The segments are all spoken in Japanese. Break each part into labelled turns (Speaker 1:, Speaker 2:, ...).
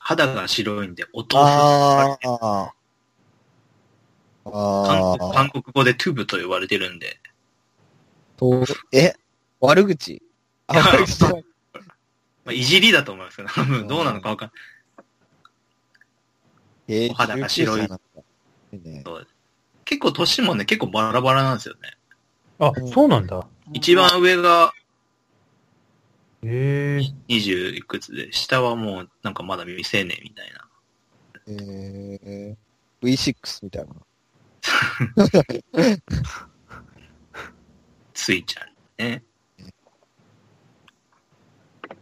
Speaker 1: 肌が白いんで、お豆腐
Speaker 2: あ
Speaker 1: って言われて
Speaker 2: あ。
Speaker 1: 韓
Speaker 2: あ
Speaker 1: 国
Speaker 2: あ。
Speaker 1: 韓国語でトゥブと呼ばれてるんで、
Speaker 3: と、
Speaker 2: え悪口あ、
Speaker 1: いや
Speaker 2: 悪口じゃない。
Speaker 1: まあ、いじりだと思いますけど、多分どうなのかわかんない。
Speaker 2: え
Speaker 1: お肌が白い
Speaker 2: 19歳なんだいいね
Speaker 1: 結構年もね、結構バラバラなんですよね。
Speaker 3: あ、そうなんだ。
Speaker 1: 一番上が
Speaker 3: へえ。
Speaker 1: 20いくつで、下はもうなんかまだ未成年みたいな。
Speaker 2: えー、V6 みたいな。
Speaker 1: ついちゃんね。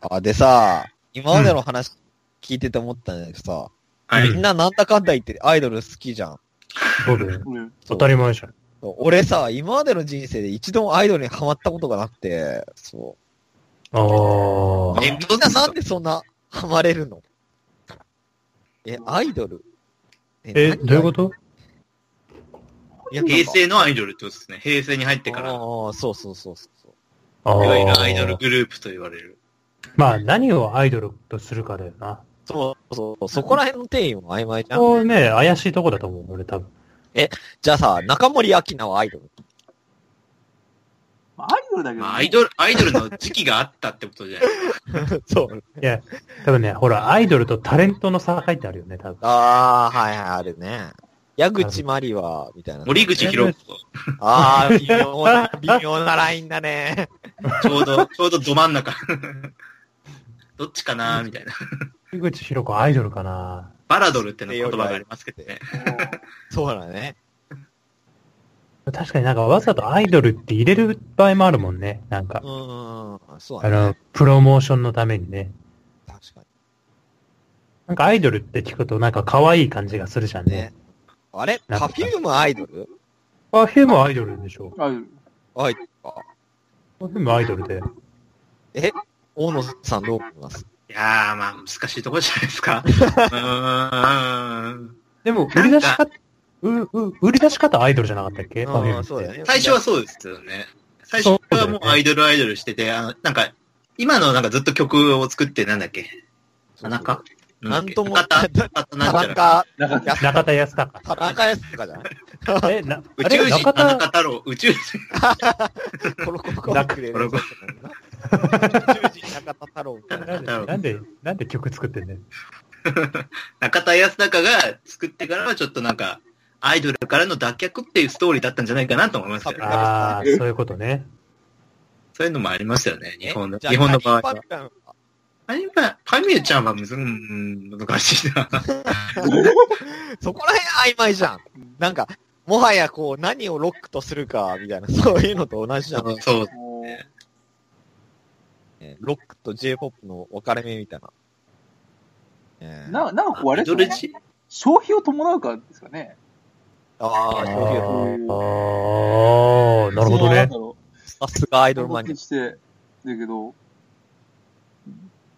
Speaker 2: あ、でさ、今までの話聞いてて思ったんだけどさ、
Speaker 1: はい。
Speaker 3: う
Speaker 2: みんななんだかんだ言ってアイドル好きじゃん。
Speaker 3: そうだよね。
Speaker 4: うん。
Speaker 3: 当たり前じゃん。
Speaker 2: そう俺さ、今までの人生で一度もアイドルにハマったことがなくて、そ
Speaker 3: あ
Speaker 2: う。
Speaker 3: あ。
Speaker 1: え
Speaker 2: みん
Speaker 1: どうで
Speaker 2: な
Speaker 1: すか
Speaker 2: なんでそんなハマれるのえ、アイドル
Speaker 3: え、どういうこと
Speaker 2: といや、
Speaker 1: 平
Speaker 2: 平成
Speaker 1: 成のアイドルってことですね。平成に入ってから、い
Speaker 2: ああ、そうそうそうそう。
Speaker 3: ああ
Speaker 1: わゆるアイドルグループと言われる。
Speaker 3: まあ、何をアイドルとするかだよな。
Speaker 2: そうそう、そこら辺の定義も曖昧じゃん。
Speaker 3: こうね、怪しいとこだと思う、俺多分。
Speaker 2: じゃあさ、中森明菜はアイ ドル
Speaker 4: まあアイドルだけど、ね。
Speaker 1: まあ、アイドル、アイドルの時期があったってことじゃないですか。
Speaker 2: そう。
Speaker 3: いや、多分ね、ほら、アイドルとタレントの差入ってあるよね、多分。
Speaker 2: ああ、はいはい、あるね。矢口まりは、みたいな。
Speaker 1: 森口博子。
Speaker 2: ああ、微妙な、微妙なラインだね。
Speaker 1: ちょうど、ちょうどど真ん中。 どっちかなみたいな。
Speaker 3: 井口博子アイドルかな。
Speaker 1: バラドルっての言葉がありますけどね。
Speaker 2: そうだね。
Speaker 3: 確かになんかわざとアイドルって入れる場合もあるもんね。なんか
Speaker 2: う、ーん、そう
Speaker 3: あ
Speaker 2: だね。
Speaker 3: の、プロモーションのためにね。
Speaker 2: 確か
Speaker 3: なんかアイドルって聞くとなんか可愛い感じがするじゃん
Speaker 2: に
Speaker 3: ね
Speaker 2: ね。。あれ
Speaker 3: なんか
Speaker 2: パフュームアイドル
Speaker 3: パフュームアイドルでしょ。
Speaker 4: アイドル。
Speaker 2: はい。
Speaker 3: パフュームアイドルで。
Speaker 2: 大野さんどう思います
Speaker 1: いやー、まあ、難しいとこじゃないですか。うーん。
Speaker 3: でも、売り出し方、う、う、売り出し方アイドルじゃなかったっけパフューム
Speaker 2: う
Speaker 3: っ
Speaker 2: ん
Speaker 3: て。
Speaker 2: そうだね。
Speaker 1: 最初はそうですよね。最初はもうアイドルアイドルしてて、あの、なんか、今のなんかずっと曲を作ってなんだっけ
Speaker 2: そ
Speaker 1: 田
Speaker 2: うそう、
Speaker 1: 中
Speaker 2: なんとも、
Speaker 1: 中
Speaker 2: 田
Speaker 1: 田
Speaker 2: 中、
Speaker 1: 中田なんちゃら。
Speaker 2: 田
Speaker 4: なんか、
Speaker 3: 中田康隆。
Speaker 2: 中やすとかじゃない
Speaker 3: え、な、
Speaker 1: 宇
Speaker 3: あれ
Speaker 1: 宙人
Speaker 3: 中
Speaker 1: 田中
Speaker 3: 田、
Speaker 1: 太郎、宇宙人。
Speaker 2: コロコロコロくれ
Speaker 1: コ
Speaker 2: る
Speaker 1: ロコロ。
Speaker 2: 宇宙人中田太郎みたいな。
Speaker 3: なんで、なんで、なんで曲作ってんだよ。
Speaker 1: 中田康隆が作ってからはちょっとなんか、アイドルからの脱却っていうストーリーだったんじゃないかなと思いますけどね。
Speaker 3: ああ、そういうことね。
Speaker 1: そういうのもありますよね、日本の、
Speaker 2: えじゃあ
Speaker 1: 日本の場合
Speaker 2: カ
Speaker 1: は
Speaker 2: ニ。パンは
Speaker 1: パミュパミュちゃんはむず、うん、難しいな。
Speaker 2: そこら辺曖昧じゃん。なんか、もはやこう、何をロックとするか、みたいな、そういうのと同じじゃん。
Speaker 1: そう。
Speaker 4: もう
Speaker 2: ねロックと J-POP の分かれ目みたいな。えー、
Speaker 4: ななんかこうあ
Speaker 1: ア
Speaker 4: れ
Speaker 1: イ
Speaker 4: です
Speaker 1: ド
Speaker 4: かね
Speaker 1: ルじ、
Speaker 4: 消費を伴うからですかね。
Speaker 2: ああ、そうい
Speaker 3: あ
Speaker 2: うの
Speaker 4: う
Speaker 3: ー、なるほど
Speaker 4: なん
Speaker 3: ね
Speaker 4: だ。ろう。
Speaker 2: さすがアイドル
Speaker 4: 音
Speaker 2: マ
Speaker 4: 楽
Speaker 2: ニ
Speaker 4: にして、だけど、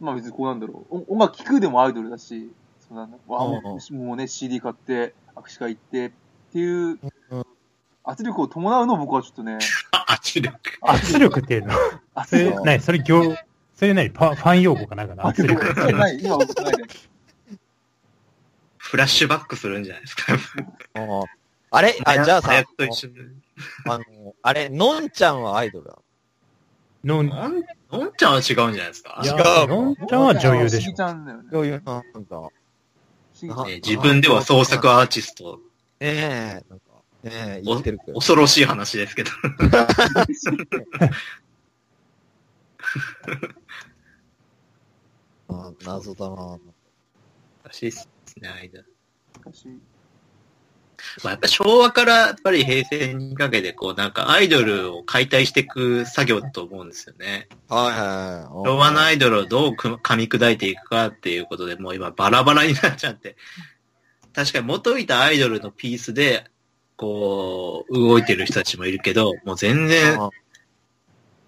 Speaker 4: まあ別にこうなんだろう。お音楽聴くでもアイドルだし、そうなんだわあ
Speaker 2: うんうん
Speaker 4: もうもうね、CD 買って、握手会行って、っていう
Speaker 2: うん、
Speaker 4: 圧力を伴うの僕はちょっとね、
Speaker 1: あ圧力。
Speaker 3: 圧力っていうのそ
Speaker 4: 圧
Speaker 3: れ
Speaker 4: 力、
Speaker 3: 何それ行、それ何パファン用語かなんかの圧
Speaker 4: 圧
Speaker 3: 力。
Speaker 4: 力ない、今は僕ないね。
Speaker 1: フラッシュバックするんじゃないですか。
Speaker 2: ア。あーあれあ、じゃあさ
Speaker 1: やっ、と一緒に。
Speaker 2: あの、あれ、のんちゃんはアイドルだ。
Speaker 3: のん、
Speaker 1: のんのんちゃんは違うんじゃないですか
Speaker 3: いや
Speaker 2: 違う
Speaker 3: のんちゃんは女優で
Speaker 4: 不思
Speaker 3: し
Speaker 4: 議
Speaker 3: ょ
Speaker 4: ち。ゃんだよね。
Speaker 2: そういうのなんだ。
Speaker 4: 不思議ちゃん
Speaker 1: ね自分では創作アーティスト。
Speaker 2: ねえ、なんか、ねえ、言ってるけど。
Speaker 1: 恐ろしい話ですけど。
Speaker 2: あー謎だな
Speaker 1: らしいですね、アイドル。
Speaker 4: 難しい
Speaker 1: まあ、やっぱ昭和からやっぱり平成にかけて、こうなんかアイドルを解体していく作業だと思うんですよね。
Speaker 2: はいはいはい。
Speaker 1: 昭和の
Speaker 2: い。
Speaker 1: アイドルをどうく噛み砕いていくかっていうことで、もう今バラバラになっちゃって。確かに元いたアイドルのピースで、こう、動いてる人たちもいるけど、もう全然、
Speaker 2: あ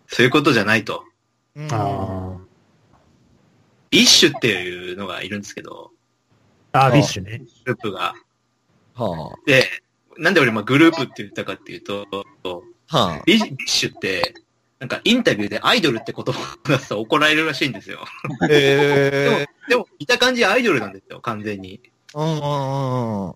Speaker 1: そういうことじゃないと。
Speaker 2: うん
Speaker 3: あ
Speaker 1: ビッシュっていうのがいるんですけど、
Speaker 3: あ、あービッシュね。
Speaker 1: グループが。
Speaker 2: は
Speaker 1: で、なんで俺まあグループって言ったかっていうと、
Speaker 2: あ、は
Speaker 1: ビビッシュって、なんかインタビューでアイドルって言葉を出すと怒られるらしいんですよ。
Speaker 2: あ。え
Speaker 1: でも、いた感じアイドルなんですよ、完全に。
Speaker 2: うんうんうん。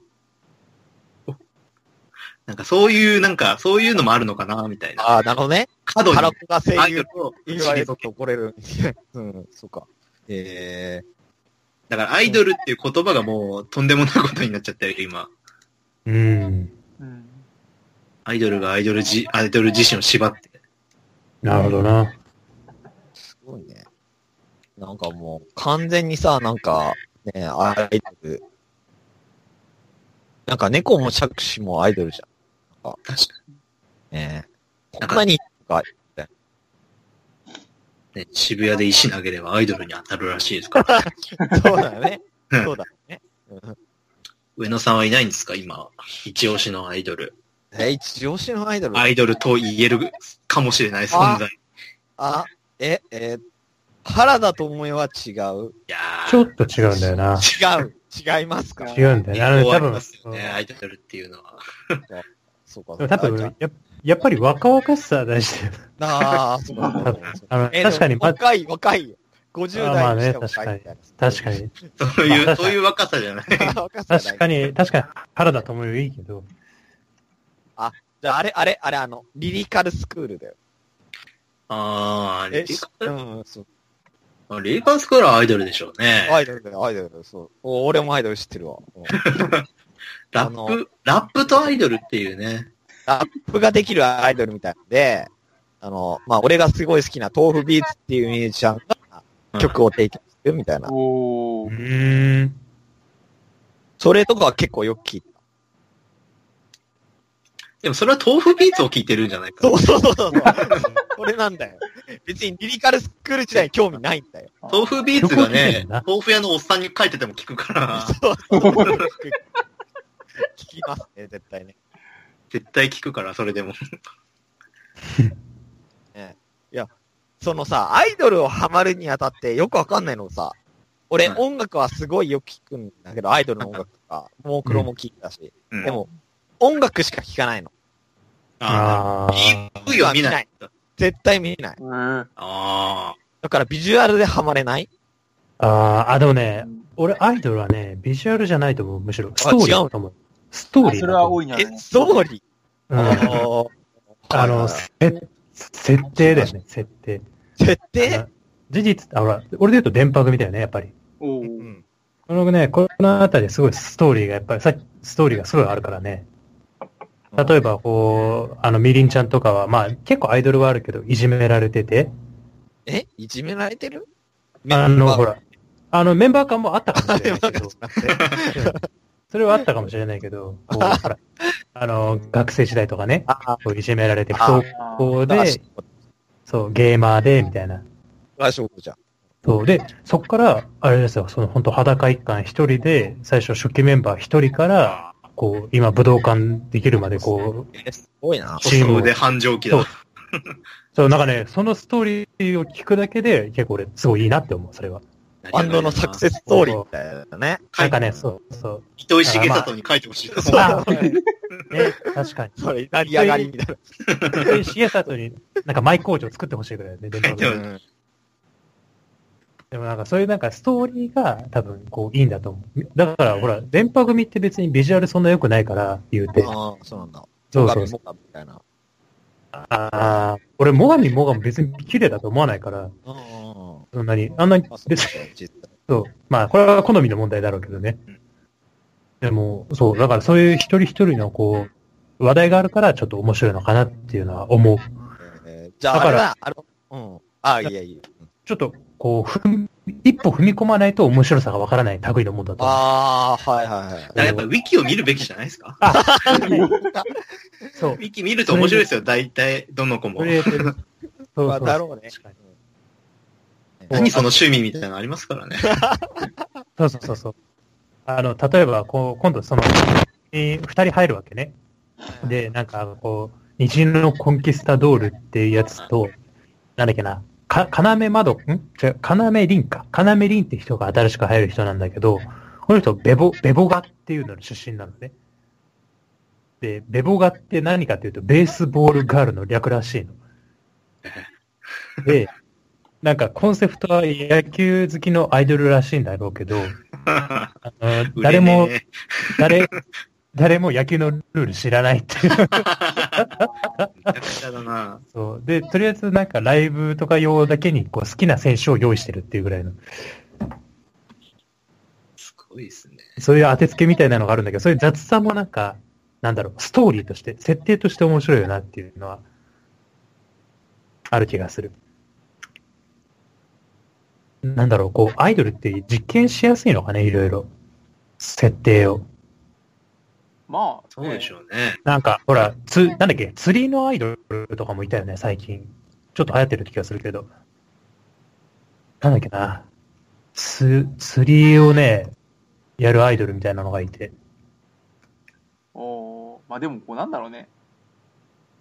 Speaker 1: なんかそういう、なんかそういうのもあるのかな、みたいな。
Speaker 2: ああ、なるほどね。
Speaker 1: 過度に
Speaker 2: カラコが声
Speaker 1: アイド
Speaker 2: 優
Speaker 1: ルを
Speaker 2: 言われ
Speaker 1: 退
Speaker 2: ると
Speaker 1: け
Speaker 2: 怒れる。うん、そうか。え
Speaker 1: だからアイドルっていう言葉がもうとんでもないことになっちゃってる、今。
Speaker 3: うん。
Speaker 4: うん。
Speaker 1: アイドルがアイドルじ、アイドル自身を縛って。
Speaker 3: なるほどな。
Speaker 2: ー、すごいね。なんかもう、完全にさ、なんか、ね、アイドル。なんか猫も着手もアイドルじゃん。なんか
Speaker 1: 確か
Speaker 2: ねえ。
Speaker 1: なんか
Speaker 2: こんなに、
Speaker 1: ね、渋谷で石投げればアイドルに当たるらしいですから。
Speaker 2: そうだよね。
Speaker 1: うん
Speaker 2: そうだよね。うん
Speaker 1: 上野さんはいないんですか今。一押しのアイドル。
Speaker 2: え、一押しのアイドル。
Speaker 1: アイドルと言えるかもしれない存在。い
Speaker 2: あ、え、えー、原田智美は違う
Speaker 1: や
Speaker 3: ちょっと違うんだよな。
Speaker 2: 違う違いますか
Speaker 3: 違うんだよな。
Speaker 1: とあ
Speaker 3: あのね、多
Speaker 1: り
Speaker 3: 分、
Speaker 1: ますよね、アイドルっていうのは。
Speaker 2: そうか。
Speaker 3: でも多
Speaker 2: あじゃあ
Speaker 3: 分や、やっぱり若々しさは大事だよ。
Speaker 2: ああ、そうかそうかそうか。
Speaker 3: あの、
Speaker 2: えー
Speaker 3: 確かに、
Speaker 2: でも
Speaker 3: ま、
Speaker 2: 若い、若いよ。50
Speaker 3: あーまあ
Speaker 2: 代に
Speaker 3: ね
Speaker 2: しても若いみたいな。
Speaker 3: 確かに、
Speaker 1: そうい
Speaker 3: ま
Speaker 1: う、
Speaker 3: あ確かに
Speaker 1: そういう若さじゃない。
Speaker 2: に。 若さ
Speaker 3: 確か
Speaker 2: に。
Speaker 3: に、確かに原田智代いいけど、
Speaker 2: じゃあ、あれ、あれ、あれ、あの、リリカルスクールだよ。
Speaker 1: あー、
Speaker 2: え
Speaker 1: レイ、カ
Speaker 2: うん、そう。
Speaker 1: ーレイカースクールはアイドルでしょうね。
Speaker 2: アイドルだよ、アイドルだよ、そう。お俺もアイドル知ってるわ。うん
Speaker 1: ラ
Speaker 2: あ
Speaker 1: ッ
Speaker 2: の
Speaker 1: プ、ラップとアイドルっていうね。
Speaker 2: ラップができるアイドルみたいなんで、あの、まあ、俺がすごい好きな豆腐ビーツっていうミュージシャン
Speaker 1: う
Speaker 2: が
Speaker 1: ん
Speaker 2: 曲を提供してるみたいな。
Speaker 4: お
Speaker 3: う
Speaker 4: ー。
Speaker 3: ーん、
Speaker 2: それとかは結構よく聞いた。
Speaker 1: でもそれは豆腐ビーツを聞いてるんじゃないか
Speaker 2: そ。うそうそうそう。それなんだよ。別にリリカルスクール自体に興味ないんだよ。
Speaker 1: 豆腐ビーツがね
Speaker 3: そこ聞いてんだ、
Speaker 1: 豆腐屋のおっさんに書いてても聞くから、
Speaker 2: そうそうそう。聞きますね、絶対ね。
Speaker 1: 絶対聞くから、それでも。
Speaker 2: そのさ、アイドルをハマるにあたってよくわかんないのがさ、俺、
Speaker 1: はい
Speaker 2: 音楽はすごいよく聞くんだけど、アイドルの音楽とか、モークロも聞いたし、
Speaker 1: うん
Speaker 2: で、も、音楽しか聞かないの。
Speaker 1: あ
Speaker 3: あ
Speaker 1: あ。PV は見ない。
Speaker 2: 絶対見ない。
Speaker 4: えー
Speaker 1: あ
Speaker 2: だからビジュアルでハマれない
Speaker 3: あ、あーあ、でもね、俺アイドルはね、ビジュアルじゃないと思う、むしろ。ストーリーだと思う。ストー
Speaker 4: あ
Speaker 3: リー
Speaker 4: そ
Speaker 3: だ
Speaker 4: れは
Speaker 3: と思
Speaker 4: 多
Speaker 3: う。
Speaker 4: いんじゃな
Speaker 2: え
Speaker 4: い、
Speaker 2: ストーリ
Speaker 3: う
Speaker 2: ー
Speaker 3: ん、
Speaker 2: おー
Speaker 3: あの、
Speaker 2: はい
Speaker 3: せ設定だよね、設定。
Speaker 2: 設
Speaker 3: あ
Speaker 2: 定
Speaker 3: の事実、あ、ほら、俺で言うと電波組だよね、やっぱり。
Speaker 4: お
Speaker 2: う
Speaker 4: ー。
Speaker 2: ん。
Speaker 3: このね、このあたりすごいストーリーが、やっぱりさっきストーリーがすごいあるからね。例えば、こう、あの、みりんちゃんとかは、まあ、結構アイドルはあるけど、いじめられてて、
Speaker 2: えいじめられてる
Speaker 3: あの、ほ。ら、あの、メンバー感もあったかもしれないけ ど、それはあったかもしれないけど、 こう、ほら、あの、学生時代とかね、
Speaker 2: あ
Speaker 3: こういじめられて、不登
Speaker 4: あー
Speaker 3: 校
Speaker 2: あ、で、
Speaker 3: で、そう、ゲーマーで、みたいな。
Speaker 2: あ、証拠じゃん。
Speaker 3: そう。で、そこから、あれですよ、その本当裸一貫一人で、最初初期メンバー一人から、こう、今武道館できるまでこう、
Speaker 2: え、すごいな
Speaker 1: あ。。舗装で繁盛期だ。
Speaker 3: そう、なんかね、そのストーリーを聞くだけで、結構俺、すごいいいなって思う、それは。
Speaker 2: バンドのサクセスストーリーみたいなね。
Speaker 3: なんかね、そう、そう。
Speaker 1: 糸井重里に書いてほしい。
Speaker 2: そう
Speaker 3: あ、ね、確かに。
Speaker 2: それ、成り上がりみたい
Speaker 3: で、重里に、なんかマイ工場作ってほしいぐらいだよね、伝統
Speaker 1: で
Speaker 3: で
Speaker 1: も。
Speaker 2: な。
Speaker 3: でもなんか、そういうなんか、ストーリーが多分、こう、いいんだと思う。だから、ほら、電波組って別にビジュアルそんな良くないから、言うて。
Speaker 2: ああ、そうなんだ。
Speaker 3: そうそう
Speaker 2: モガミモガミみたいな。
Speaker 3: ああ、俺、モガミモガミ別に綺麗だと思わないから、
Speaker 2: うんうんうん。
Speaker 3: そんなに、あんなに
Speaker 2: まあ、、そう
Speaker 3: 別に、
Speaker 2: だよ実際
Speaker 3: そう、まあ、これは好みの問題だろうけどね
Speaker 1: うん。
Speaker 3: でも、そう、だからそういう一人一人のこう、話題があるからちょっと面白いのかなっていうのは思う。
Speaker 2: えーじゃあ、
Speaker 3: だ
Speaker 2: あ
Speaker 3: か
Speaker 2: れ
Speaker 3: ら
Speaker 2: だ、あの、うん。ああ、いやいや。うん
Speaker 3: ちょっと、こう、踏み一歩踏み込まないと面白さがわからない類のもんだと思う。
Speaker 2: ああ、はいはいはい。
Speaker 1: やっぱウィキを見るべきじゃないですか
Speaker 3: そう
Speaker 1: ウ。ィキ見ると面白いですよ、大体、どの子も
Speaker 3: そ。れそうそう
Speaker 2: まあ、だ
Speaker 3: そう。
Speaker 2: ろうね。
Speaker 3: 確かに
Speaker 1: 何その趣味みたいなのあります からね。
Speaker 3: そうそうそうそう。あの、例えば、こう、今度その、えー二人入るわけね。で、なんか、こう、虹のコンキスタドールっていうやつと、なんだっけな、か、かなめ窓、ん違う、かなめりんか。かなめりんって人が新しく入る人なんだけど、この人、ベボ、ベボガっていうのの出身なのね。で、ベボガって何かっていうと、ベースボールガールの略らしいの。で、なんかコンセプトは野球好きのアイドルらしいんだろうけど、あの誰も
Speaker 1: 売れ、ね
Speaker 3: 誰、誰も野球のルール知らないっていう。
Speaker 1: え。めちゃくちゃだな。
Speaker 3: そう。で、とりあえずなんかライブとか用だけにこう好きな選手を用意してるっていうぐらいの、
Speaker 1: すごいですね。
Speaker 3: そういう当て付けみたいなのがあるんだけど、そういう雑さもなんか、なんだろう、ストーリーとして、設定として面白いよなっていうのは、ある気がする。なんだろう、こう、アイドルって実験しやすいのかね、いろいろ。設定を。
Speaker 4: まあ、
Speaker 1: そうでし
Speaker 4: ょ。
Speaker 1: ょうね。
Speaker 3: なんか、ほら、つ、なんだっけ、釣りのアイドルとかもいたよね、最近。ちょっと流行ってる気がするけど。なんだっけな。つ、釣りをね、やるアイドルみたいなのがいて。
Speaker 4: おーまあでも、こうなんだろうね。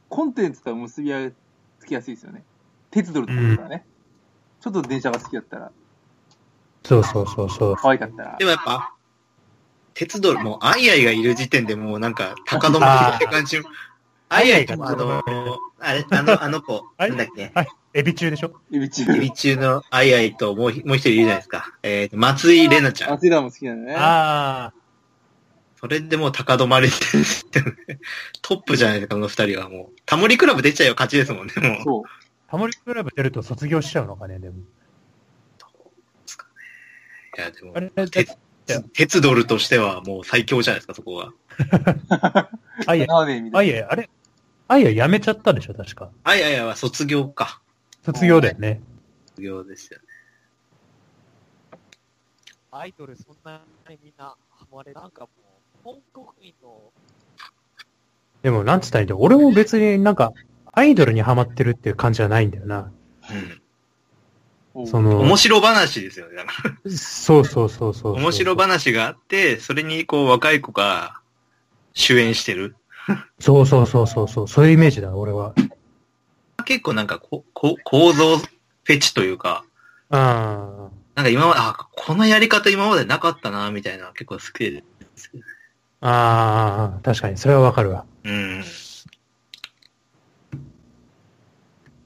Speaker 4: コンテンツとは結びつきやすいですよね。鉄道とかだからね。ちょっと電車が好きだったら、
Speaker 3: そうそうそうそう。
Speaker 4: 可愛かったら
Speaker 1: で。もやっぱ、鉄道、もう、アイアイがいる時点でもうなんか、高止まりって感じも。アイアイが、あの、あれ、あ の、あの子、
Speaker 3: あ
Speaker 1: な
Speaker 3: れ
Speaker 1: んだっけ、
Speaker 3: エビ中でしょ
Speaker 4: エビ中。
Speaker 1: エビ中のアイアイともうひ、もう一人いるじゃないですか。えーと、松井玲奈ちゃん。
Speaker 4: 熱いラーも好きなんだね。
Speaker 3: ああ。
Speaker 1: それでもう 高止まりって、トップじゃないですか、この二人はもう。タモリクラブ出ちゃえば勝ちですもんね、もう。
Speaker 4: そう。
Speaker 3: タモリクラブ出ると卒業しちゃうのかね、でも。
Speaker 1: いや、でも
Speaker 3: あ、れ、だ
Speaker 1: 鉄鉄ドルとしてはもう最強じゃないですか、そこは。
Speaker 3: あいや、
Speaker 4: ラーメンみた
Speaker 3: あ
Speaker 4: い
Speaker 3: いや、あれ、あいや、やめちゃったでしょ、確か。
Speaker 1: アイアイは卒業か。
Speaker 3: 卒業だよね。
Speaker 1: 卒業ですよね。
Speaker 2: アイドルそんなにみんなハマれなんかもう、香港民の、
Speaker 3: でも、なんつったらいいんだろう俺も別になんか、アイドルにハマってるっていう感じはないんだよな。
Speaker 4: な。
Speaker 3: そ
Speaker 1: うん。
Speaker 3: の、
Speaker 1: 面白話ですよね、だから。
Speaker 3: そうそうそうそうそう。
Speaker 1: 面白話があって、それにこう若い子が主演してる。
Speaker 3: そうそうそうそうそう。そういうイメージだ、俺は。
Speaker 1: 結構なんかここ構造フェチというか、
Speaker 3: うん。
Speaker 1: なんか今まで、あ、このやり方今までなかったな、みたいな結構好きで。
Speaker 3: ああ、確かに、それはわかるわ。
Speaker 1: うん。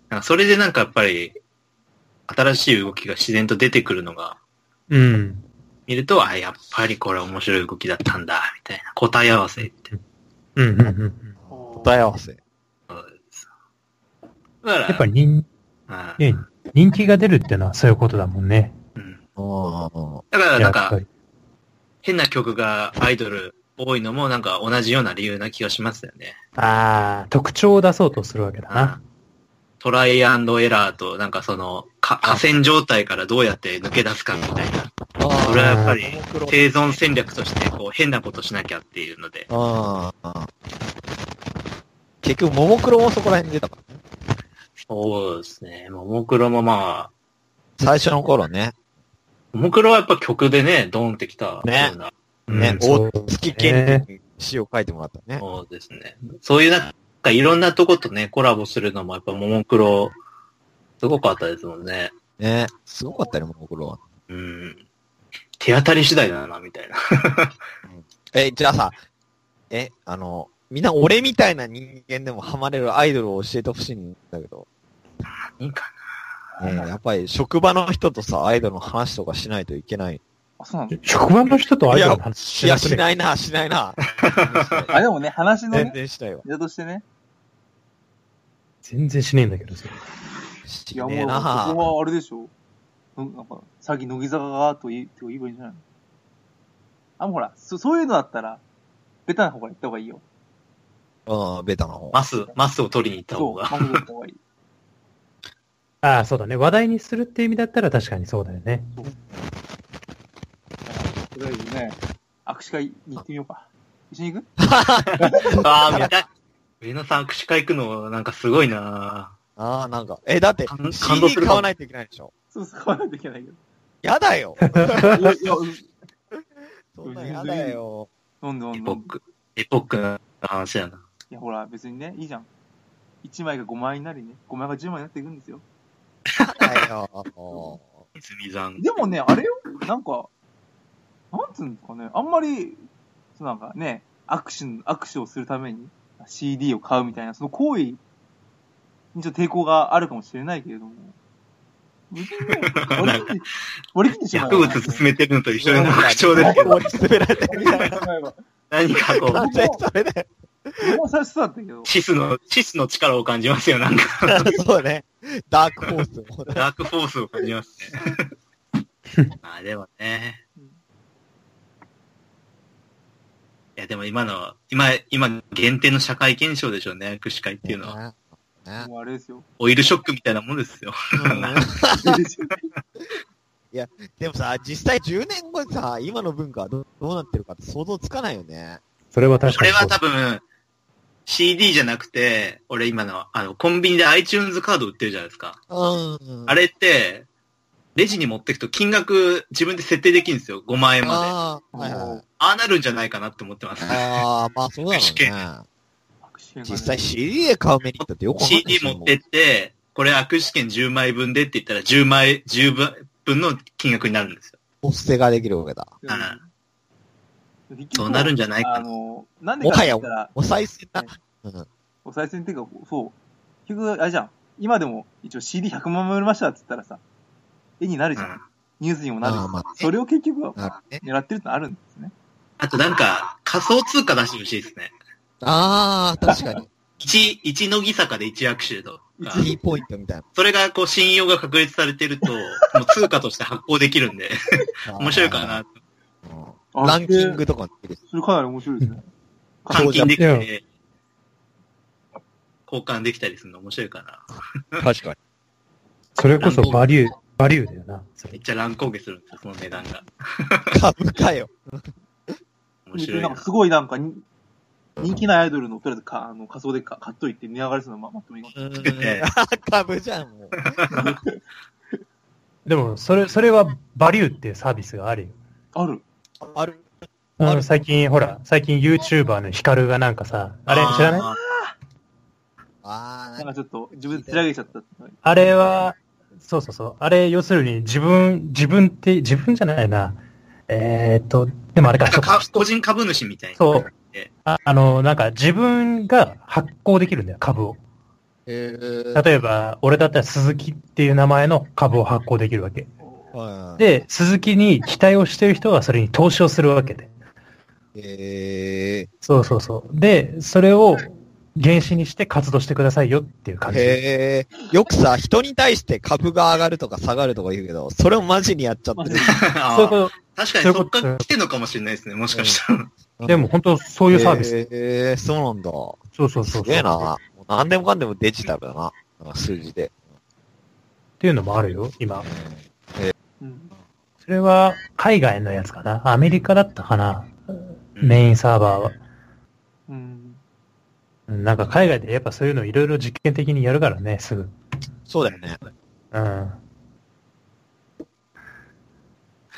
Speaker 1: なんかそれでなんかやっぱり、新しい動きが自然と出てくるのが、
Speaker 3: うん。
Speaker 1: 見ると、あ、やっぱりこれ面白い動きだったんだ、みたいな。答え合わせって。
Speaker 3: うん、うん、うん。
Speaker 2: 答え合わせ。
Speaker 1: だから、
Speaker 3: やっぱり人、
Speaker 1: あ
Speaker 3: ね、人気が出るってのはそういうことだもんね。
Speaker 1: うん
Speaker 2: うん。
Speaker 1: だからな
Speaker 3: や
Speaker 1: ん
Speaker 3: っぱ
Speaker 1: か、
Speaker 3: り。
Speaker 1: 変な曲がアイドル多いのもなんか同じような理由な気がしますよね。
Speaker 3: ああ、特徴を出そうとするわけだな。
Speaker 1: トライアンドエラーと、なんかその、か河川状態からどうやって抜け出すかみたいな。それはやっぱり、生存戦略として、こう、変なことしなきゃっていうので。
Speaker 2: ああ。結局、ももクロもそこら辺に出たからね。
Speaker 1: そうですね。ももクロもまあ、
Speaker 2: 最初の頃ね。
Speaker 1: ももクロはやっぱ曲でね、ドンってきたような。
Speaker 2: ね
Speaker 3: うん
Speaker 2: ね、
Speaker 3: そう
Speaker 2: 大月健二に詩を書いてもらったね。
Speaker 1: そうですね。そういうなんかいろんなとことね、コラボするのもやっぱももクロ、すごかったですもんね。
Speaker 2: ね、すごかったね、ももクロは。
Speaker 1: うん。手当たり次第だな、みたいな。
Speaker 2: え、じゃあさ、え、あの、みんな俺みたいな人間でもハマれるアイドルを教えてほしいんだけど、
Speaker 1: いいか
Speaker 2: ね、やっぱり職場の人とさ、アイドルの話とかしないといけない。
Speaker 4: あ、そうなんだ。
Speaker 3: 職場の人とアイドルの話
Speaker 2: いや、
Speaker 3: く
Speaker 2: し
Speaker 3: ね
Speaker 2: ないな、しないな。
Speaker 4: あ、でもね、話の
Speaker 2: 全
Speaker 4: ね、
Speaker 2: 然しないわ。
Speaker 4: ネタとしてね。
Speaker 3: 全然しねえんだけど、それ
Speaker 2: し
Speaker 4: いや、
Speaker 2: ね
Speaker 4: も
Speaker 2: え
Speaker 4: う、ここ
Speaker 2: な。
Speaker 4: はあれでしょ。うんなんか、さっき乃木坂がと言えと言えばいいんじゃないのあ、もうほら、そそういうのだったら、ベタな方から行った方がいいよ。
Speaker 2: うん、ベタな方。
Speaker 1: マス、マスを取りに行った
Speaker 4: そ
Speaker 1: 方
Speaker 4: う、
Speaker 1: が。
Speaker 4: マジで行った方がいい。
Speaker 3: ああ、そうだね。話題にするって意味だったら確かにそうだよね。
Speaker 4: とりあえずね、握手会に行ってみようか。一緒に行く
Speaker 1: ああ、見たい。上野さん握手会行くの、なんかすごいな
Speaker 2: ああ、なんか。え、だって
Speaker 1: 感、動
Speaker 2: CD
Speaker 1: するかも
Speaker 2: 買わないといけないでしょ。
Speaker 4: そう、使わないといけないけど。
Speaker 2: やだよ。
Speaker 4: いや、いや、
Speaker 2: そんなんやだ よ。
Speaker 4: 飲んで飲ん
Speaker 1: エ
Speaker 4: で
Speaker 1: ポ
Speaker 4: 飲
Speaker 1: ッ
Speaker 4: んで。
Speaker 1: ク。エポックの話やな。
Speaker 4: いや、ほら、別にね、いいじゃん。1枚が5枚になりね、5枚が10枚になっていくんですよ。
Speaker 2: やだよ。
Speaker 1: 泉さん。
Speaker 4: でもね、あれよ、なんか、なんつうんですかね、あんまり、そうなんかね、握手、握手をするために CD を買うみたいな、その行為にちょっと抵抗があるかもしれないけれども、無人だよ割り切って、割り切ってしまう
Speaker 1: 薬
Speaker 4: よ。
Speaker 1: 物進めてるのと一緒の口調ですけど、
Speaker 2: 追い詰められてるみたいな。
Speaker 1: 何かこう
Speaker 2: 完、全にそ れで。
Speaker 4: 俺も最初そうだったけど、
Speaker 1: シスの、シスの力を感じますよ、なんか。
Speaker 2: そうね。ダークホースも。
Speaker 1: ダークフォースを感じます ね。まあでもね。いやでも今の、今、今限定の社会現象でしょうね、握手会っていうのは。
Speaker 2: ねね
Speaker 4: もうあれ ですよ。
Speaker 1: オイルショックみたいなもんですよ。
Speaker 2: でもさ、実際10年後にさ、今の文化はどどうなってるかって想像つかないよね。
Speaker 3: それは確
Speaker 1: こ
Speaker 3: か
Speaker 1: れ
Speaker 3: にそ
Speaker 1: は
Speaker 3: う。
Speaker 1: 多分、CD じゃなくて、俺今の、あの、コンビニで iTunes カード売ってるじゃないですか。
Speaker 2: うん。
Speaker 1: あ
Speaker 2: れ
Speaker 1: れって、レジに持ってくと金額自分で設定できるんですよ、5万円まで。あ
Speaker 2: ああ、はいはい。
Speaker 1: あなるんじゃないかなって思ってます。
Speaker 2: ああ、まあそうだろ
Speaker 1: 試
Speaker 2: うね
Speaker 1: 験。
Speaker 4: 握手
Speaker 2: 実
Speaker 4: 会
Speaker 2: 際 CD で買うメリットってよくわかんない
Speaker 1: CD 持ってって、これ握手券10枚分でって言ったら10枚、10分の金額になるんですよ。
Speaker 2: お捨てができるわけだ。
Speaker 1: あ
Speaker 4: が
Speaker 1: ら
Speaker 4: ねうん結局
Speaker 1: そうなるんじゃないか
Speaker 4: あ
Speaker 1: な。
Speaker 4: の、なんでかって言った
Speaker 2: も
Speaker 4: ら、
Speaker 2: お賽銭な。
Speaker 4: お賽銭っていうか、そう。結局、あれじゃん。今でも、一応 CD100 万枚売りましたって言ったらさ、絵になるじゃん。
Speaker 1: うん
Speaker 4: ニュースにもなる
Speaker 2: ああまあね
Speaker 4: それを結局は
Speaker 2: なるほどね。
Speaker 4: 狙ってるってのあるんですね。
Speaker 1: あとなんか、仮想通貨出してほしいですね。
Speaker 2: ああ、確かに。
Speaker 1: 1、一乃木坂で1握手とか。
Speaker 2: キーポイントみたい
Speaker 1: それがこう信用が確立されてる と、もう通貨として発行できるんで、
Speaker 2: な。
Speaker 1: 面白いかな。
Speaker 2: うん。ランキン。グとかってる。
Speaker 4: それかなり面白いですね。
Speaker 1: 換金でき
Speaker 3: そう
Speaker 1: て、交換できたりするの面白いかな。
Speaker 2: 確かに。
Speaker 3: それこそバリュー、バリューだよな。そ
Speaker 1: め
Speaker 3: れ
Speaker 1: っちゃ乱高下するんですよ、その値段が。
Speaker 2: 株かよ。
Speaker 1: 面白い
Speaker 4: な
Speaker 1: なん
Speaker 4: か。すごいなんかに、人気ないアイドルの、とりあえずかあの仮想でか買っといて値上がりするのままとめよう
Speaker 2: うん。 株じゃん、もう。
Speaker 3: でも、それ、それはバリューっていうサービスがあるよ。
Speaker 4: ある。
Speaker 2: ある。あ
Speaker 3: あの
Speaker 2: る
Speaker 3: 最近、ほら、最近 YouTuber のヒカルがなんかさ、あれ知らない
Speaker 1: あ
Speaker 2: あ
Speaker 4: なん
Speaker 2: あ、
Speaker 4: かちょっと自分で手上げちゃったってのが
Speaker 3: あれは、そうそうそう。あれ、要するに自分、自分って、自分じゃないな。えーっと、でもあれか、
Speaker 1: ーなんか
Speaker 3: そ
Speaker 1: か個人株主みたいな。
Speaker 3: そう
Speaker 1: え
Speaker 3: ああの、なんか自分が発行できるんだよ、株を。
Speaker 2: ええ。
Speaker 3: 例えば、俺だったら鈴木っていう名前の株を発行できるわけ。
Speaker 2: はい
Speaker 3: で、鈴木に期待をしてる人はそれに投資をするわけで。
Speaker 2: え
Speaker 3: そうそうそう。で、それを原資にして活動してくださいよっていう
Speaker 2: ー
Speaker 3: 感じ。
Speaker 2: へーよくさ、人に対して株が上がるとか下がるとか言うけど、それをマジにやっちゃってる。
Speaker 1: あ
Speaker 3: そういうこ
Speaker 1: 確かにそっから来てんのかもしれないですね、もしかしたら。
Speaker 3: と。でも本当そういうサービス。
Speaker 2: えー、そうなんだ。
Speaker 3: そうそうそ
Speaker 2: す
Speaker 3: う。
Speaker 2: げえな。
Speaker 3: っ
Speaker 2: もう何でもかんでもデジタルだな。なんか数字で。
Speaker 3: ていうのもあるよ、今。
Speaker 4: うん。
Speaker 3: それは海外のやつかな。アメリカだったかな。
Speaker 1: うん
Speaker 3: メインサーバーは。
Speaker 4: うん。
Speaker 3: うんなんか海外でやっぱそういうのいろいろ実験的にやるからね、すぐ。
Speaker 2: そうだよね。
Speaker 3: う
Speaker 1: な
Speaker 3: ん。
Speaker 1: ん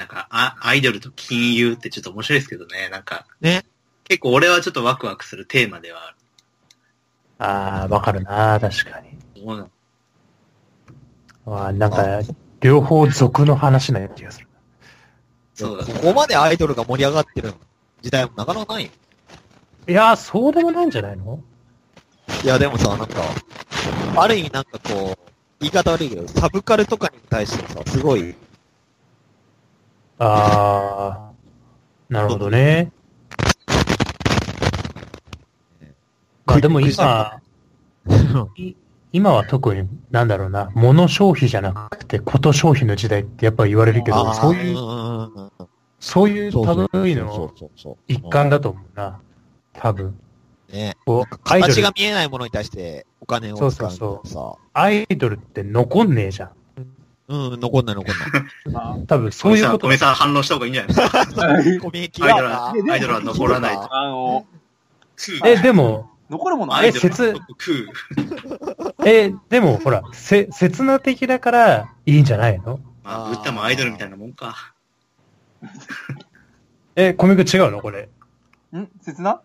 Speaker 1: かあ、アイドルと金融ってちょっと面白いですけどね、なんか。
Speaker 2: ね。
Speaker 1: 結構俺はちょっとワクワクするテーマではある。
Speaker 3: ああ、わかるな、確かに。
Speaker 1: そうなの
Speaker 3: わあなんか、両方俗の話な気がする。
Speaker 1: そうだ
Speaker 2: ここまでアイドルが盛り上がってる時代もなかなかないよ。
Speaker 3: いやー、そうでもないんじゃないの
Speaker 2: いや、でもさ、なんか、ある意味なんかこう、言い方悪いけど、サブカルとかに対してさ、すごい、
Speaker 3: ああ、なるほどね。まあでも今、い今は特に、なんだろうな、物消費じゃなくて、こと消費の時代ってやっぱ言われるけ
Speaker 2: あ
Speaker 3: ど、
Speaker 2: ー
Speaker 3: そういう、
Speaker 2: んんんうん
Speaker 3: そういう
Speaker 2: そうそう
Speaker 3: 類い
Speaker 2: そう
Speaker 3: の
Speaker 2: そうそう
Speaker 3: 一環だと思うな。多分。
Speaker 2: ね。
Speaker 3: こう、アイド
Speaker 2: 形
Speaker 3: ル
Speaker 2: が、見えないものに対してお金を使うみたいな
Speaker 3: そうそう
Speaker 2: さ。
Speaker 3: アイドルって残んねえじゃん。
Speaker 2: うん、残んない残んない。
Speaker 4: ま
Speaker 3: 多分そういうこ
Speaker 1: ご
Speaker 3: と
Speaker 1: めん。なさい、反論した方がいいんじゃないですか。
Speaker 2: コミュニティ
Speaker 1: アイドル
Speaker 2: が
Speaker 1: は、アイドルは残らない。
Speaker 4: あ、あの、
Speaker 3: え、でも、
Speaker 4: 残るものあ
Speaker 1: ア
Speaker 4: る
Speaker 1: イ
Speaker 4: じ
Speaker 1: ド
Speaker 4: ゃ
Speaker 1: ル
Speaker 3: 説
Speaker 1: は食う。
Speaker 3: え、でもほら、せ、刹那的だからいいんじゃないの
Speaker 1: ま
Speaker 2: あ
Speaker 1: あ、
Speaker 2: ー
Speaker 1: ブッダもアイドルみたいなもんか。
Speaker 3: え、コミック違うのこれ。
Speaker 4: ん。ん切 な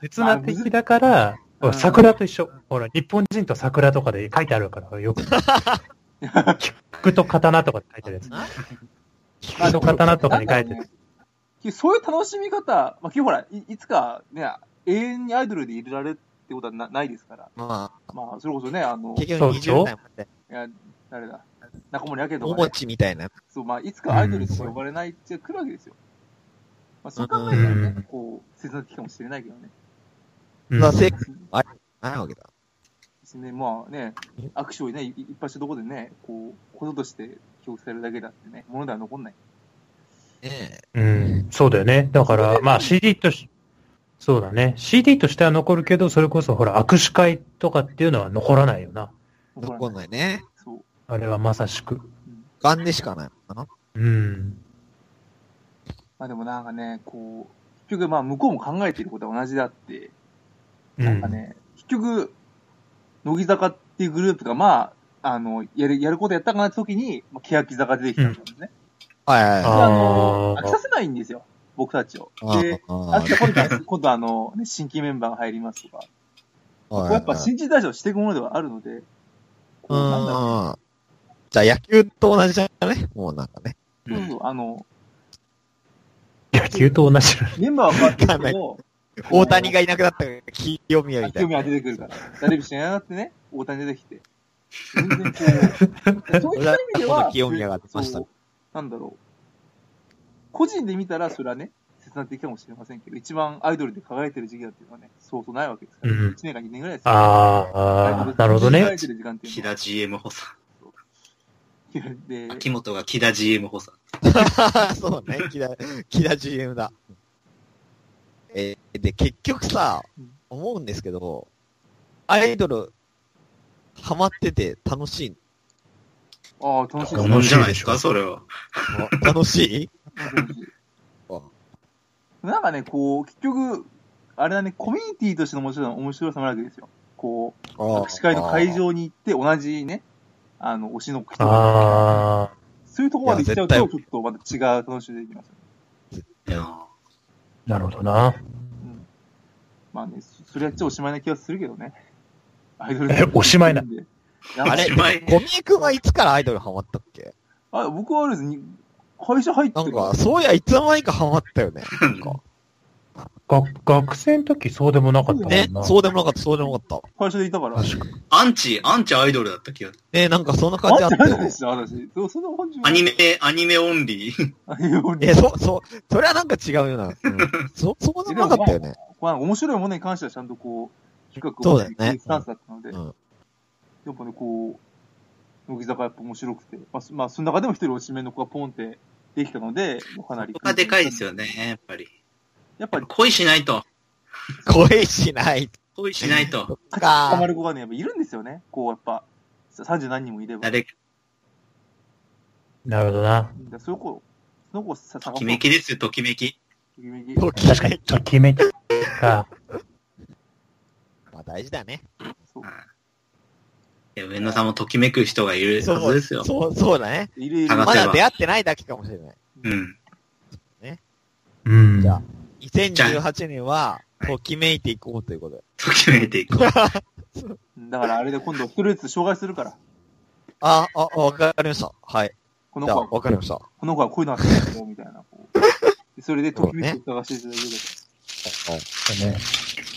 Speaker 3: 刹那的だから、
Speaker 4: うん
Speaker 3: 桜と一緒。ほら、日本人と桜とかで書いてあるから、よく。菊と刀とかで書いてあるやつ。菊と刀とかに書いてある。
Speaker 4: そういう楽しみ方、まあ、基本ほら、いいつかね、永遠にアイドルでいられるってことはなないですから。
Speaker 2: ま
Speaker 4: まあ、それこそね、あの
Speaker 2: あ、、結
Speaker 3: そ
Speaker 2: 局
Speaker 3: うでしょ
Speaker 2: 20代まで。
Speaker 4: いや誰だ中森明慶と
Speaker 2: お
Speaker 4: かね、
Speaker 2: 餅みたいな。
Speaker 4: そう、まあ、いつかアイドルとか呼ばれないって来るわけですよ。まあ、そう考えたら
Speaker 3: うん
Speaker 4: ね、こう、切なきかもしれないけどね。
Speaker 3: うん
Speaker 2: まあ、せ、あれ、ないわけだ。
Speaker 4: ですね、まあね、握手をね、いいっぱいしたとこでね、こう、こととして記憶されるだけだってね、ものでは残んない。
Speaker 2: ね
Speaker 3: うん、そうだよね。だから、まあ CD とし、そうだね。CD としては残るけど、それこそほら、握手会とかっていうのは残らないよな。
Speaker 2: え。
Speaker 4: ら
Speaker 2: 残んないね。
Speaker 4: そう。
Speaker 3: あれはまさしく。
Speaker 2: 勘でしかないのか
Speaker 3: うん。
Speaker 4: まあでもなんかね、こう、結局まあ向こうも考えていることは同じだって、
Speaker 3: う
Speaker 4: なんかね、結局、乃木坂っていうグループがまあ、あの、やる、やることやったかなって時に、まあ、欅坂が出てきたんですね。
Speaker 2: な。はい
Speaker 4: で
Speaker 2: は
Speaker 3: あ
Speaker 2: い。
Speaker 4: あの、
Speaker 3: あー
Speaker 4: 飽きさせないんですよ、僕たちを。で、
Speaker 2: あ
Speaker 4: 飽きた今度は、今度はあの、ね、新規メンバーが入りますとか、
Speaker 2: あ
Speaker 4: やっぱ新人代表していくものではあるので、こうなんだろう
Speaker 2: うん。じゃあ野球と同じだね。もうなんかね。
Speaker 1: うん
Speaker 4: そうそう、あの、
Speaker 3: 野球と同じだ。
Speaker 4: メンバーは変わってるけど、
Speaker 2: 大谷がいなくなったから、清宮みたい
Speaker 4: 興味
Speaker 2: な。
Speaker 4: が出てくるから。ダルビッシュがいなくなってね、大谷出てき て。全然こう、そういった意味で
Speaker 2: 今
Speaker 4: は
Speaker 2: 度、清宮が出ました
Speaker 4: そうなんだろう。個人で見たら、それはね、切な的かもしれませんけど、一番アイドルで輝いてる時期だっていうのはね、そうそうないわけですから、
Speaker 3: うん
Speaker 4: 1年か2年ぐらいですよ
Speaker 3: あ
Speaker 4: アイド
Speaker 3: あ
Speaker 4: ル、で
Speaker 3: なるほど
Speaker 4: 輝
Speaker 3: ね
Speaker 4: い。てる時間っていう
Speaker 1: 木
Speaker 4: のは
Speaker 1: 田 GM 補佐。
Speaker 4: で、
Speaker 1: 秋元が木田 GM 補佐。
Speaker 2: そうね、キラ、キラ GM だ。えーで、結局さ
Speaker 4: うん、
Speaker 2: 思うんですけど、アイドル、ハマってて楽しい
Speaker 4: ああ、楽しいです
Speaker 1: 同
Speaker 4: ね
Speaker 3: 楽し
Speaker 1: じ
Speaker 3: い
Speaker 1: じゃないですか、それは。
Speaker 2: の楽しい
Speaker 4: 楽しい
Speaker 2: あ
Speaker 4: なんかね、こう、結局、あれだね、コミュニティとしての面白さ面白さもあるわけですよ。こう、握手会の会場に行って、同じね、あの、推しの人が
Speaker 3: あ
Speaker 4: そういうところまで行っちゃうと、
Speaker 2: い
Speaker 4: ち
Speaker 2: や
Speaker 4: ょ
Speaker 2: 絶
Speaker 4: っとまた違う楽しみできますよね。
Speaker 1: いや
Speaker 3: あ、なるほどな。
Speaker 4: うん。まあね、そそれやっちゃおしまいな気がするけどね。アイドル
Speaker 3: えおしまいな。
Speaker 4: あ
Speaker 2: あれ
Speaker 4: れ
Speaker 1: おしまい
Speaker 2: ゴミ君はいつからアイドルハマったっけ
Speaker 4: あ僕はあれですに、会社入って
Speaker 2: なん
Speaker 4: る
Speaker 2: か、そういや、いつの間にかハマったよね。なんか。
Speaker 3: が学生の時そうでもなかったもんな。
Speaker 2: ね、そうでもなかった、そうでもなかった。
Speaker 4: 会社でいたから。
Speaker 3: 確か
Speaker 1: アンチ、アンチアイドルだった気が。
Speaker 2: ね、なんかそんな感
Speaker 4: あ
Speaker 2: じあ
Speaker 4: っ
Speaker 2: ってた
Speaker 4: ない
Speaker 2: よ。
Speaker 4: ですよ、私。そうそんな感じも
Speaker 1: アニメ、アニメオンリー。
Speaker 4: アニメオンリー
Speaker 2: え、そう、そう、それはなんか違うよ な。うん、そ、そうでもなかったよね。
Speaker 4: まあ、面白いものに関してはちゃんとこう、比較
Speaker 2: そう
Speaker 4: を
Speaker 2: だ
Speaker 4: し
Speaker 2: よ
Speaker 4: て
Speaker 2: ね
Speaker 4: いくスタンスだったので、
Speaker 2: うんうん
Speaker 4: やっぱね、こう、乃木坂やっぱ面白くて、まあ、そまあ、その中でも一人おしめの子がポンってできたので、かなり。
Speaker 1: そこがでかいですよね、やっぱり。
Speaker 4: やっぱり、
Speaker 1: 恋しないと。
Speaker 2: 恋し ない
Speaker 1: 恋しないと。
Speaker 2: と
Speaker 4: 勝ち
Speaker 2: か
Speaker 4: 捕ま。る子がね、やっぱいるんですよね。こう、やっぱ、さ30何人もいれば。
Speaker 1: 誰か、
Speaker 3: に。なるほどな。
Speaker 4: だそういう子、その子さ、
Speaker 1: と
Speaker 4: 探
Speaker 1: きめきですよ、ときめき。
Speaker 4: ときめき
Speaker 2: とき
Speaker 3: 確かに、ときめきか。
Speaker 2: まあ大事だね。
Speaker 4: そう
Speaker 1: いや上野さんもときめく人がいるはずですよ。
Speaker 2: そう、そうだね。
Speaker 4: いるいる。
Speaker 1: 探
Speaker 2: ま
Speaker 1: せば
Speaker 2: だ出会ってないだけかもしれない。
Speaker 1: うん。
Speaker 3: うん。
Speaker 2: じゃあ2018年は、ときめいていこうとい うことで。
Speaker 1: ときめいていく。
Speaker 4: だからあれで今度、フルーツ障害するから。
Speaker 2: あ、あ、わかりました。はい。
Speaker 4: この
Speaker 2: じゃ
Speaker 4: 子
Speaker 2: あ、
Speaker 4: は、
Speaker 2: わかりました。
Speaker 4: この子はこういうのあったんだよ、みたいな。こうでそれで、ときめきを探していただければ。
Speaker 3: ね。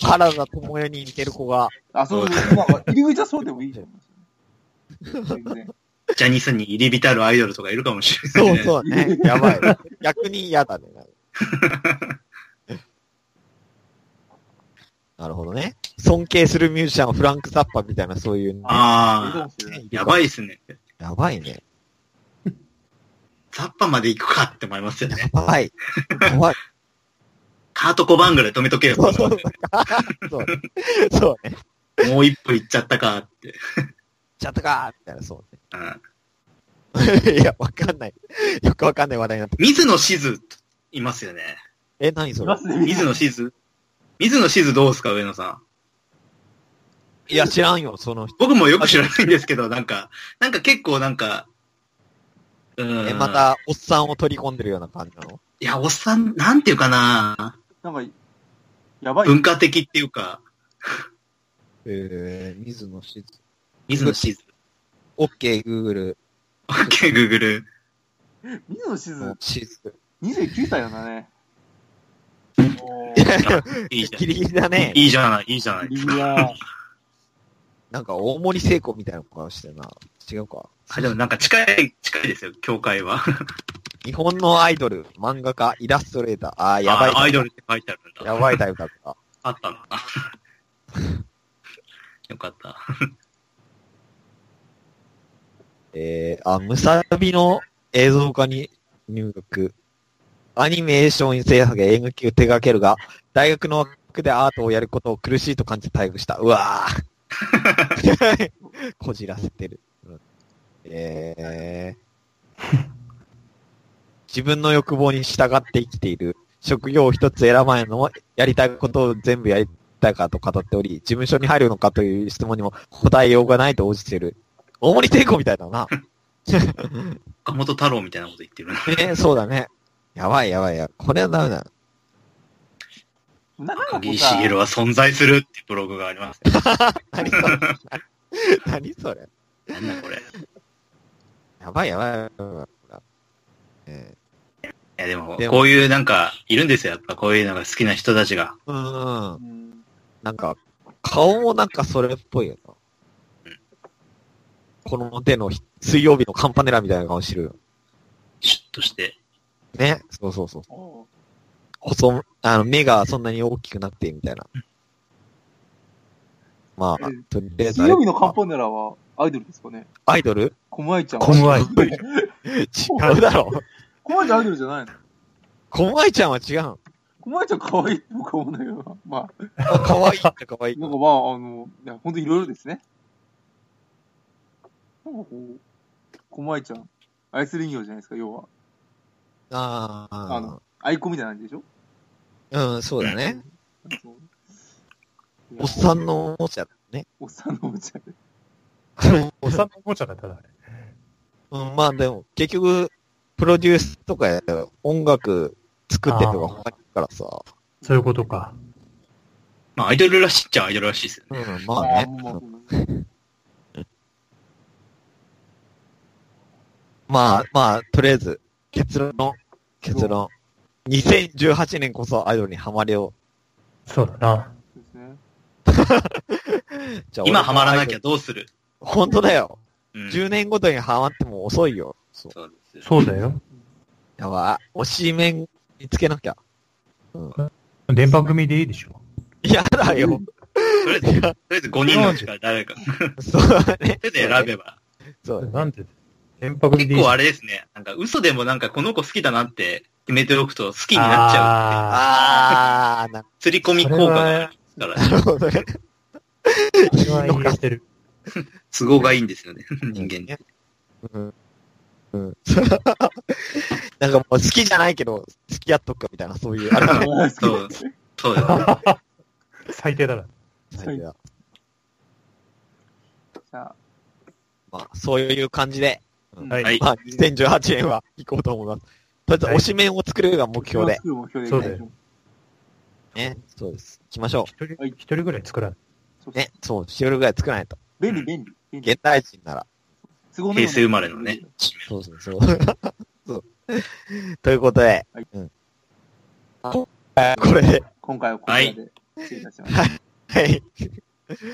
Speaker 2: 原田智代に似てる子が、
Speaker 4: あ、そうそう。まあ、入り口はそうでもいいと思いますよね。全然。
Speaker 1: ジャニスに入り浸るアイドルとかいるかもしれな
Speaker 2: そ
Speaker 1: いうね。
Speaker 2: そうね。 やばい。逆に嫌 だね。なるほどね。尊敬するミュージシャンはフランク・ザッパみたいな、そういうね、
Speaker 4: いいか
Speaker 1: ああ、
Speaker 4: もしれない。
Speaker 1: やばいですね。
Speaker 2: やばいね。
Speaker 1: ザッパまで行くかって思いますよ
Speaker 2: や
Speaker 1: ね。
Speaker 2: ば い。怖い。
Speaker 1: カート5番ぐらい止めとけよ。
Speaker 2: そう
Speaker 1: も
Speaker 2: そう。そうね。そうね。
Speaker 1: う一歩行っちゃったかって。
Speaker 2: ちゃったかーみたいな、そ
Speaker 1: う
Speaker 2: う
Speaker 1: ん
Speaker 2: ね。い や、わかんない。よくわかんない話題になって。
Speaker 1: 水野しず、いますよね。
Speaker 2: え、何
Speaker 4: い
Speaker 2: それ
Speaker 4: ますね、みんな
Speaker 1: 水野しず。水野しずどうですか、上野さん。
Speaker 2: いや、知らんよ、その人。
Speaker 1: 僕もよく知らないんですけど、なんか、なんか結構なんか、う
Speaker 2: え、
Speaker 1: ん。
Speaker 2: ま。た、おっさんを取り込んでるような感じなの
Speaker 1: いや、おっさん、なんていうかな
Speaker 4: なんか、やばい。
Speaker 1: 文化的っていうか、
Speaker 2: えー、水野静。
Speaker 1: 水野しず。
Speaker 2: オッケー、グーグル。
Speaker 1: OK、Google。
Speaker 4: 水野しず、
Speaker 2: 静。
Speaker 4: 29歳なんだね。お
Speaker 2: い
Speaker 4: ー
Speaker 2: や、
Speaker 1: いいじゃ
Speaker 2: ギリギリだね
Speaker 1: ん。。いいじゃない、いいじゃない。
Speaker 4: いやー
Speaker 2: なんか、大森聖子みたいな顔してるな。違うか。
Speaker 1: あ、でもなんか近い、近いですよ、教会は。
Speaker 2: 日本のアイドル、漫画家、イラストレーター。ああ、やばい
Speaker 1: あアイドルって書いてあるんだ。
Speaker 2: やばいタイプだった。
Speaker 1: あったんだ。 よかった。
Speaker 2: えー、あ、ムサビの映像化に入学。アニメーション制作や演劇を手掛けるが、大学の枠でアートをやることを苦しいと感じて退学した。うわぁ。こじらせてる。うんえー自分の欲望に従って生きている。職業を一つ選ばないのも、やりたいことを全部やりたいかと語っており、事務所に入るのかという質問にも答えようがないと応じている。大森抵抗みたいだな。
Speaker 1: 岡本太郎みたいなこと言ってるな。
Speaker 2: ね、そうだね。やばいやばいやばい。これはダメだ。
Speaker 4: なんかこ
Speaker 1: 鍵
Speaker 4: う
Speaker 1: 井
Speaker 4: さ、
Speaker 1: 茂は存在するってブログがありますね。
Speaker 2: 何それ何それ
Speaker 1: なんだこれ。い
Speaker 2: やばいやばいやばい。え
Speaker 1: やでも
Speaker 2: で、も
Speaker 1: こういうなんか、いるんですよ。やっぱこういうのが好きな人たちが。
Speaker 2: ー、うんうん。
Speaker 4: うん
Speaker 2: なんか、顔もなんかそれっぽいよな
Speaker 1: う。
Speaker 2: この手のひ水曜日のカンパネラみたいな顔してるよ。
Speaker 1: シュッとして。
Speaker 2: ね。そうそうそう。
Speaker 4: おう
Speaker 2: 細、あの、目がそんなに大きくなって、みたいな。まあ、とりあえず
Speaker 4: 水曜日のカンパネラはアイドルですかね
Speaker 2: アイドル
Speaker 4: コムアイちゃん。
Speaker 3: コムアイ
Speaker 2: 違うだろ。
Speaker 4: コムアイちゃんアイドルじゃないの
Speaker 2: こまいちゃんは違うの。
Speaker 4: コムアイちゃん可愛いと僕は思うんだけど、まあ、
Speaker 2: あ可愛いって可愛い。
Speaker 4: なんかまあ、あの、いや、ほんといろいろですね。なんかこう、コムアイちゃん、アイス林業じゃないですか、要は。
Speaker 2: あ
Speaker 4: あのアイコンみたいな感じでしょ
Speaker 2: あ。うん、そうだね。
Speaker 4: そう
Speaker 2: おっさんのおもちゃだね。
Speaker 4: おっさんのおもちゃで。
Speaker 3: おさんのおもちゃだったら、あれ。
Speaker 2: うん、まあでも、結局、プロデュースとかやったら音楽作ってとか他にいるからさ。
Speaker 3: そういうことか。
Speaker 1: まあ、アイドルらしいっちゃアイドルらしいですよね。
Speaker 2: うん、まあね。
Speaker 4: まあ
Speaker 2: うんまあ、まあ、とりあえず、結論、結論。2018年こそアイドルにハマれよ
Speaker 3: そうだな。
Speaker 4: そうですね。
Speaker 2: う。じゃあ
Speaker 1: 今ハマらなき。
Speaker 2: 俺
Speaker 1: ゃ
Speaker 2: も
Speaker 1: どうする、
Speaker 2: アイドル本当だよ。
Speaker 1: うん、
Speaker 2: 10年ごとにハマっても遅いよ。そう。
Speaker 1: そうですよ
Speaker 3: そうだよ。
Speaker 2: やばい。推し面見つけなきゃ。
Speaker 3: 電波組でいいでしょ。
Speaker 2: やだよ。
Speaker 1: とりあえず、とりあえず5人のうちから誰か。とり
Speaker 2: そうだね
Speaker 1: あ。えず選べば。
Speaker 2: そうだね。
Speaker 3: なんで、電波組で
Speaker 1: 結
Speaker 3: いい
Speaker 1: 構あ
Speaker 3: れ
Speaker 1: れですね。なんか嘘でもなんかこの子好きだなって決めておくと好きになっちゃう。
Speaker 2: あ
Speaker 3: ゃう。
Speaker 2: ー、な
Speaker 1: 釣り込み効果があるから、
Speaker 2: るほどね。
Speaker 3: あー、それは言えてる。
Speaker 1: 都合がいいんですよね。 人間に。
Speaker 2: うん。うん。 なんかもう好きじゃないけど、付き合っとくかみたいな、そういう、あれだね。
Speaker 1: そう。そうだね。
Speaker 3: 最低だな。
Speaker 4: はい
Speaker 2: じゃ
Speaker 4: じゃあ、
Speaker 2: あまあ、そういう感じで、
Speaker 3: はい
Speaker 1: はい
Speaker 2: まあ、2018年は行こうと思います。とりあえず、推し面を作るが目標で。
Speaker 4: 作る目標で。
Speaker 3: そうだよ
Speaker 2: ね。そうです。行きましょ
Speaker 3: 一人、
Speaker 4: はい
Speaker 3: 一人ぐらい作らない。
Speaker 4: そう
Speaker 2: う。ね。そう、しおるぐらい作らないと。
Speaker 4: 便利、便利。便利。
Speaker 2: 現代人なら。
Speaker 4: 都合のいい
Speaker 1: 平成生まれのね。。
Speaker 2: そうそうそう。 そう。ということで、
Speaker 4: はい
Speaker 2: うん。あこれで、
Speaker 4: 今回はここまで。失礼いたしました。
Speaker 2: はい。